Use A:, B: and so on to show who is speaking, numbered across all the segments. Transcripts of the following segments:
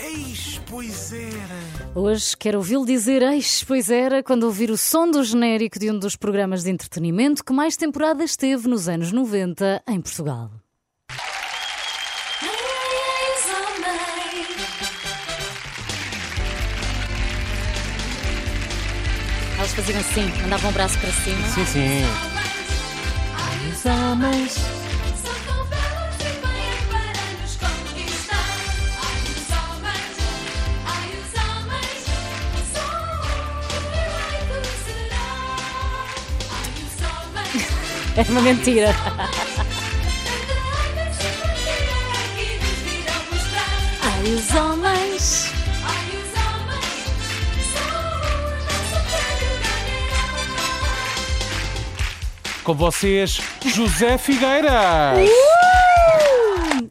A: Eis, pois era.
B: Hoje quero ouvi-lo dizer, eis, pois era, quando ouvir o som do genérico de um dos programas de entretenimento que mais temporadas teve nos anos 90 em Portugal. Eles faziam assim, mandavam o braço para cima.
C: Sim, sim.
D: São tão belos e vêm para nos conquistar. Ai, os homens, ai, os homens, só um eleito será. Ai, os homens,
B: Era É uma mentira.
D: andremos se fazer aqui nos virão mostrar.
B: Ai, os homens.
D: Ai, os homens, só o nosso prédio ganhará.
C: Com vocês, José Figueira.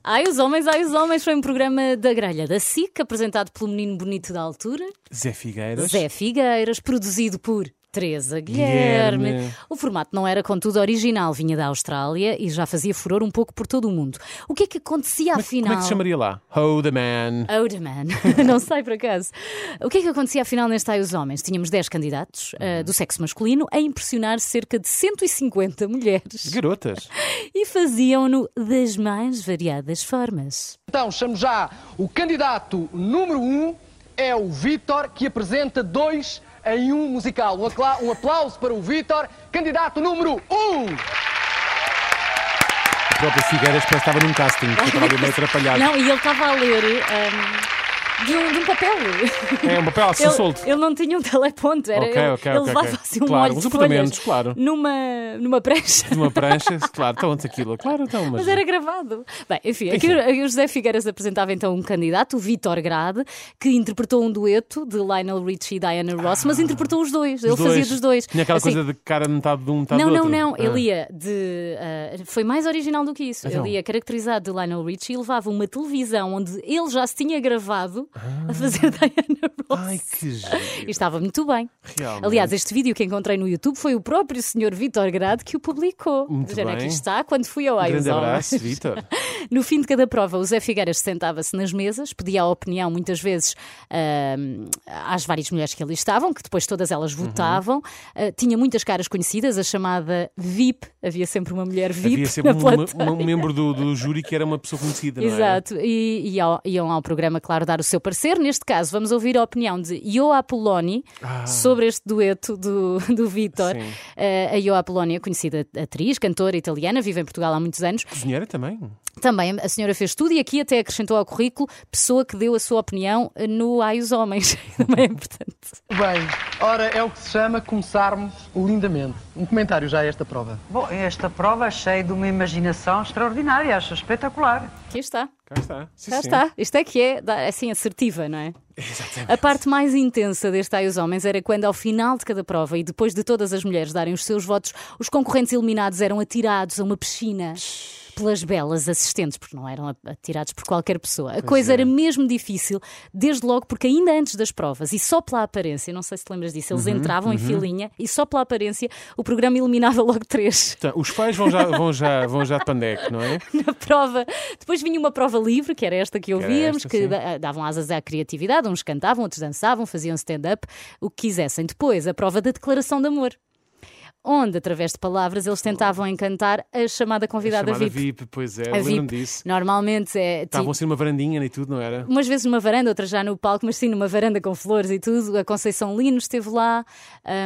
B: Ai, os homens, ai, os homens foi um programa da grelha da SIC, apresentado pelo menino bonito da altura.
C: Zé Figueiras.
B: Zé Figueiras, produzido por Teresa Guilherme.
C: Guilherme.
B: O formato não era, contudo, original, vinha da Austrália e já fazia furor um pouco por todo o mundo. O que é que acontecia afinal?
C: Como é que se chamaria lá? Ho the Man.
B: Odaman, não sei por acaso. O que é que acontecia afinal neste Ai os Homens? Tínhamos 10 candidatos
C: Uhum.
B: ah, do sexo masculino a impressionar cerca de 150 mulheres
C: Garotas.
B: e faziam-no das mais variadas formas.
E: Então, chamo já o candidato número um, é o Vítor, que apresenta dois em um musical. Um acla- um aplauso para o Vítor, candidato número um.
C: O próprio Figueiras parece que estava num casting, que eu estava ali meio atrapalhado.
B: Não, e ele estava a ler ah, de, um, de um papel.
C: É um papel assim solto.
B: Ele, ele não tinha um teleponto, era
C: Ok,
B: ele,
C: ok,
B: ele
C: ok,
B: levava
C: ok.
B: assim um
C: Claro,
B: molho
C: uns
B: de folhas
C: apontamentos, claro.
B: numa, numa prancha.
C: De uma prancha, claro, então antes aquilo. Claro, então, mas.
B: Mas era gravado. Bem, enfim, aqui
C: é.
B: o o José Figueiras apresentava então um candidato, o Vitor Grade, que interpretou um dueto de Lionel Richie e Diana Ross, mas interpretou os dois. ele fazia dos dois.
C: Ah. Tinha aquela
B: Assim,
C: coisa de cara metade de um, metade
B: não,
C: do
B: não,
C: outro.
B: não.
C: Ah.
B: Ele ia de. ah, foi mais original do que isso.
C: Então.
B: Ele ia caracterizado de Lionel Richie e levava uma televisão onde ele já se tinha gravado
C: Ah.
B: a fazer Diana Ross.
C: Ai, que
B: E
C: giro.
B: estava muito bem.
C: Realmente.
B: Aliás, este vídeo que encontrei no YouTube foi o próprio Sr. Vitor Grade que o publicou.
C: Muito
B: Do género,
C: bem.
B: Aqui está, quando fui ao
C: Um
B: Ai os
C: grande abraço,
B: Homens.
C: Vitor.
B: No fim de cada prova, o Zé Figueiras sentava-se nas mesas, pedia a opinião muitas vezes ahm, às várias mulheres que ali estavam, que depois todas elas
C: Uhum.
B: votavam. Ah, tinha muitas caras conhecidas, a chamada VIP. Havia sempre uma mulher VIP
C: Havia sempre
B: na
C: um,
B: plateia.
C: uma- um membro do, do júri que era uma pessoa conhecida, não é?
B: Exato, e, e ao- iam ao programa, claro, dar o seu parecer. Neste caso, vamos ouvir a opinião de Io Apoloni sobre este dueto do, do Vitor.
C: Ah. Sim.
B: Eh, a Io Apoloni é conhecida atriz, cantora italiana, vive em Portugal há muitos anos.
C: Cozinheira também.
B: Também a senhora fez tudo e aqui até acrescentou ao currículo pessoa que deu a sua opinião eh, no Ai os Homens. Também é importante.
E: Bem, ora, é o que se chama começarmos lindamente. Um comentário já a esta prova.
F: Bom, esta prova achei de uma imaginação extraordinária, acho espetacular.
B: Aqui está.
C: Cá está. Sim,
B: Já
C: sim.
B: está. Isto é que é, dá- assim, assertiva, não é? Exatamente. A parte mais intensa deste Ai os Homens era quando, ao final de cada prova e depois de todas as mulheres darem os seus votos, os concorrentes eliminados eram atirados a uma piscina pelas belas assistentes, porque não eram a- atirados por qualquer pessoa. A
C: é.
B: coisa era mesmo difícil, desde logo, porque ainda antes das provas e só pela aparência, não sei se te lembras disso, eles
C: Uhum,
B: entravam em filinha e só pela aparência o programa eliminava logo três.
C: Portanto, os pais vão já, vão já, vão já de pandeco, não é?
B: na prova. Depois vinha uma prova livre, que era esta que ouvíamos,
C: esta,
B: que
C: sim.
B: da- ah, davam asas à criatividade, uns cantavam, outros dançavam, faziam stand-up, o que quisessem. Depois, a prova da declaração de amor. Onde, através de palavras, eles tentavam encantar a chamada convidada
C: Chamada
B: VIP.
C: VIP, pois é,
B: A
C: lembro-me disso.
B: normalmente é tipo,
C: Estavam assim numa varandinha e tudo, não era?
B: umas vezes numa varanda, outras já no palco, mas sim numa varanda com flores e tudo. A Conceição Lino esteve lá,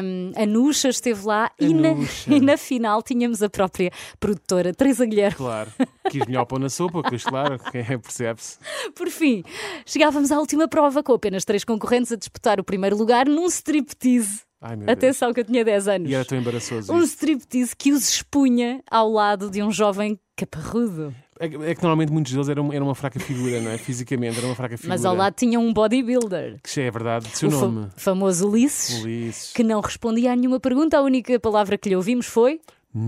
B: hum, a Nuxa esteve lá e na,
C: Nuxa.
B: e na final tínhamos a própria produtora, Teresa Guilherme.
C: Claro. Quis melhor pão na sopa, pois claro, quem percebe-se.
B: Por fim, chegávamos à última prova com apenas três concorrentes a disputar o primeiro lugar num striptease.
C: Ai, meu Deus.
B: Atenção que eu tinha 10 anos.
C: E era tão embaraçoso
B: Um
C: isso.
B: striptease que os expunha ao lado de um jovem caparrudo.
C: É que é que normalmente muitos deles eram, eram uma fraca figura, não é? Fisicamente, era uma fraca figura.
B: Mas ao lado tinha um bodybuilder.
C: Que já é verdade, de seu
B: o fa-
C: nome.
B: famoso Ulisses,
C: Ulisses.
B: que não respondia a nenhuma pergunta, a única palavra que lhe ouvimos foi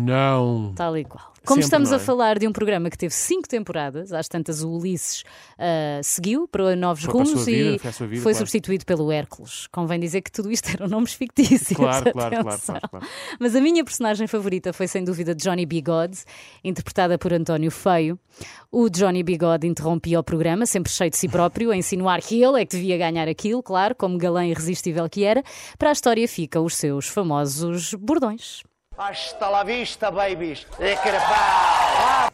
C: Não!
B: tal e qual. Como
C: Sempre,
B: estamos
C: não
B: a
C: é?
B: falar de um programa que teve cinco temporadas, às tantas o Ulisses ah, seguiu para novos
C: Foi para a
B: rumos
C: sua vida,
B: e
C: foi à sua vida,
B: foi
C: claro.
B: substituído pelo Hércules. Convém dizer que tudo isto eram nomes fictícios.
C: Claro, claro, claro,
B: atenção.
C: claro, claro.
B: Mas a minha personagem favorita foi sem dúvida Johnny Bigode, interpretada por António Feio. O Johnny Bigode interrompia o programa, sempre cheio de si próprio, a insinuar que ele é que devia ganhar aquilo, claro, como galã irresistível que era. Para a história ficam os seus famosos bordões.
E: Hasta la vista, babies. É carapau.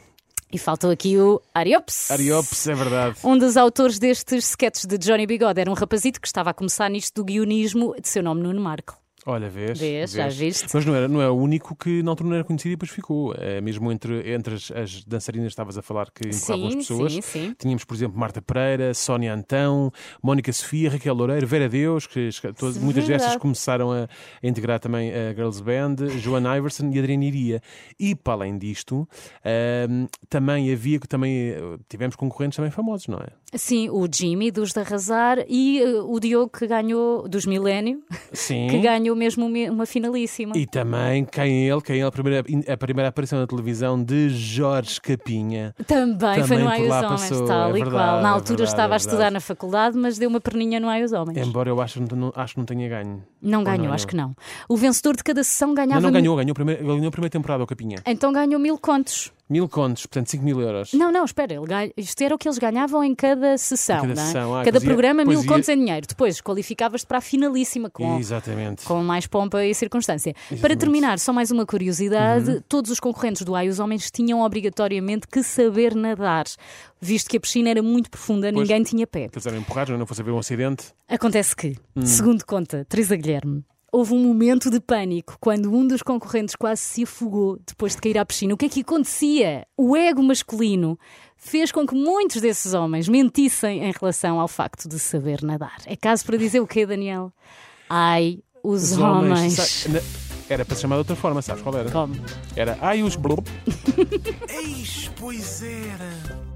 B: E faltou aqui o Ariops.
C: Ariopes, é verdade.
B: Um dos autores destes sketches de Johnny Bigode era um rapazito que estava a começar nisto do guionismo de seu nome Nuno Marco.
C: Olha, vês?
B: Vês, já viste?
C: Mas não, era, não é o único que na altura não era conhecido e depois ficou. É, mesmo entre, entre as, as dançarinas que estavas a falar que empurravam as
B: Sim,
C: pessoas.
B: sim, sim.
C: Tínhamos, por exemplo, Marta Pereira, Sónia Antão, Mónica Sofia, Raquel Loureiro, Vera Deus, que esca- todas-
B: Sim,
C: muitas destas
B: verdade.
C: começaram a, a integrar também a Girls Band, Joana Iverson e Adriana Iria. E para além disto, ahm, também havia que também eh, tivemos concorrentes também famosos, não é?
B: Sim, Assim, o Jimmy dos de Arrasar e eh, o Diogo que ganhou dos Milénio,
C: Sim.
B: que ganhou mesmo uma- uma finalíssima.
C: Hum? E também quem ele, quem ele, a primeira, a primeira aparição na televisão de Jorge Capinha.
B: Também, foi
C: Também
B: no
C: por
B: Ai os
C: lá
B: Homens,
C: passou,
B: tal
C: é
B: e
C: verdade,
B: qual. Na
C: é
B: altura
C: verdade, é
B: estava a estudar
C: verdade.
B: na faculdade, mas deu uma perninha no Ai os Homens.
C: Embora eu acho, não, acho que não tenha ganho.
B: Não
C: Ou
B: ganhou, acho que não. O vencedor de cada sessão ganhava.
C: Não, não
B: mil-
C: ganhou, ganhou, primeiro, ganhou a primeira temporada, o Capinha.
B: Então ganhou mil contos.
C: Mil contos, portanto 5 mil euros.
B: Não, não, espera, ele ganha- isto era o que eles ganhavam em cada sessão.
C: cada
B: não é?
C: sessão, ah,
B: cada
C: pois ia-
B: programa,
C: pois
B: mil
C: ia-
B: contos em dinheiro. Depois qualificavas-te para a finalíssima com,
C: Exatamente.
B: com mais pompa e circunstância. Para terminar, só mais uma curiosidade:
C: Uhum.
B: todos os concorrentes do Ai, os homens tinham obrigatoriamente que saber nadar, visto que a piscina era muito profunda,
C: Pois.
B: ninguém tinha pé.
C: Que eles eram empurrados, não fosse haver um acidente.
B: Acontece que, segundo conta Teresa Guilherme, houve um momento de pânico quando um dos concorrentes quase se afogou depois de cair à piscina. O que é que acontecia? O ego masculino fez com que muitos desses homens mentissem em relação ao facto de saber nadar. É caso para dizer o quê, Daniel? Ai, os, homens.
C: sa- na- Era para se chamar de outra forma, sabes qual era?
B: Como?
C: Era ai os blub.
A: Eis, pois era.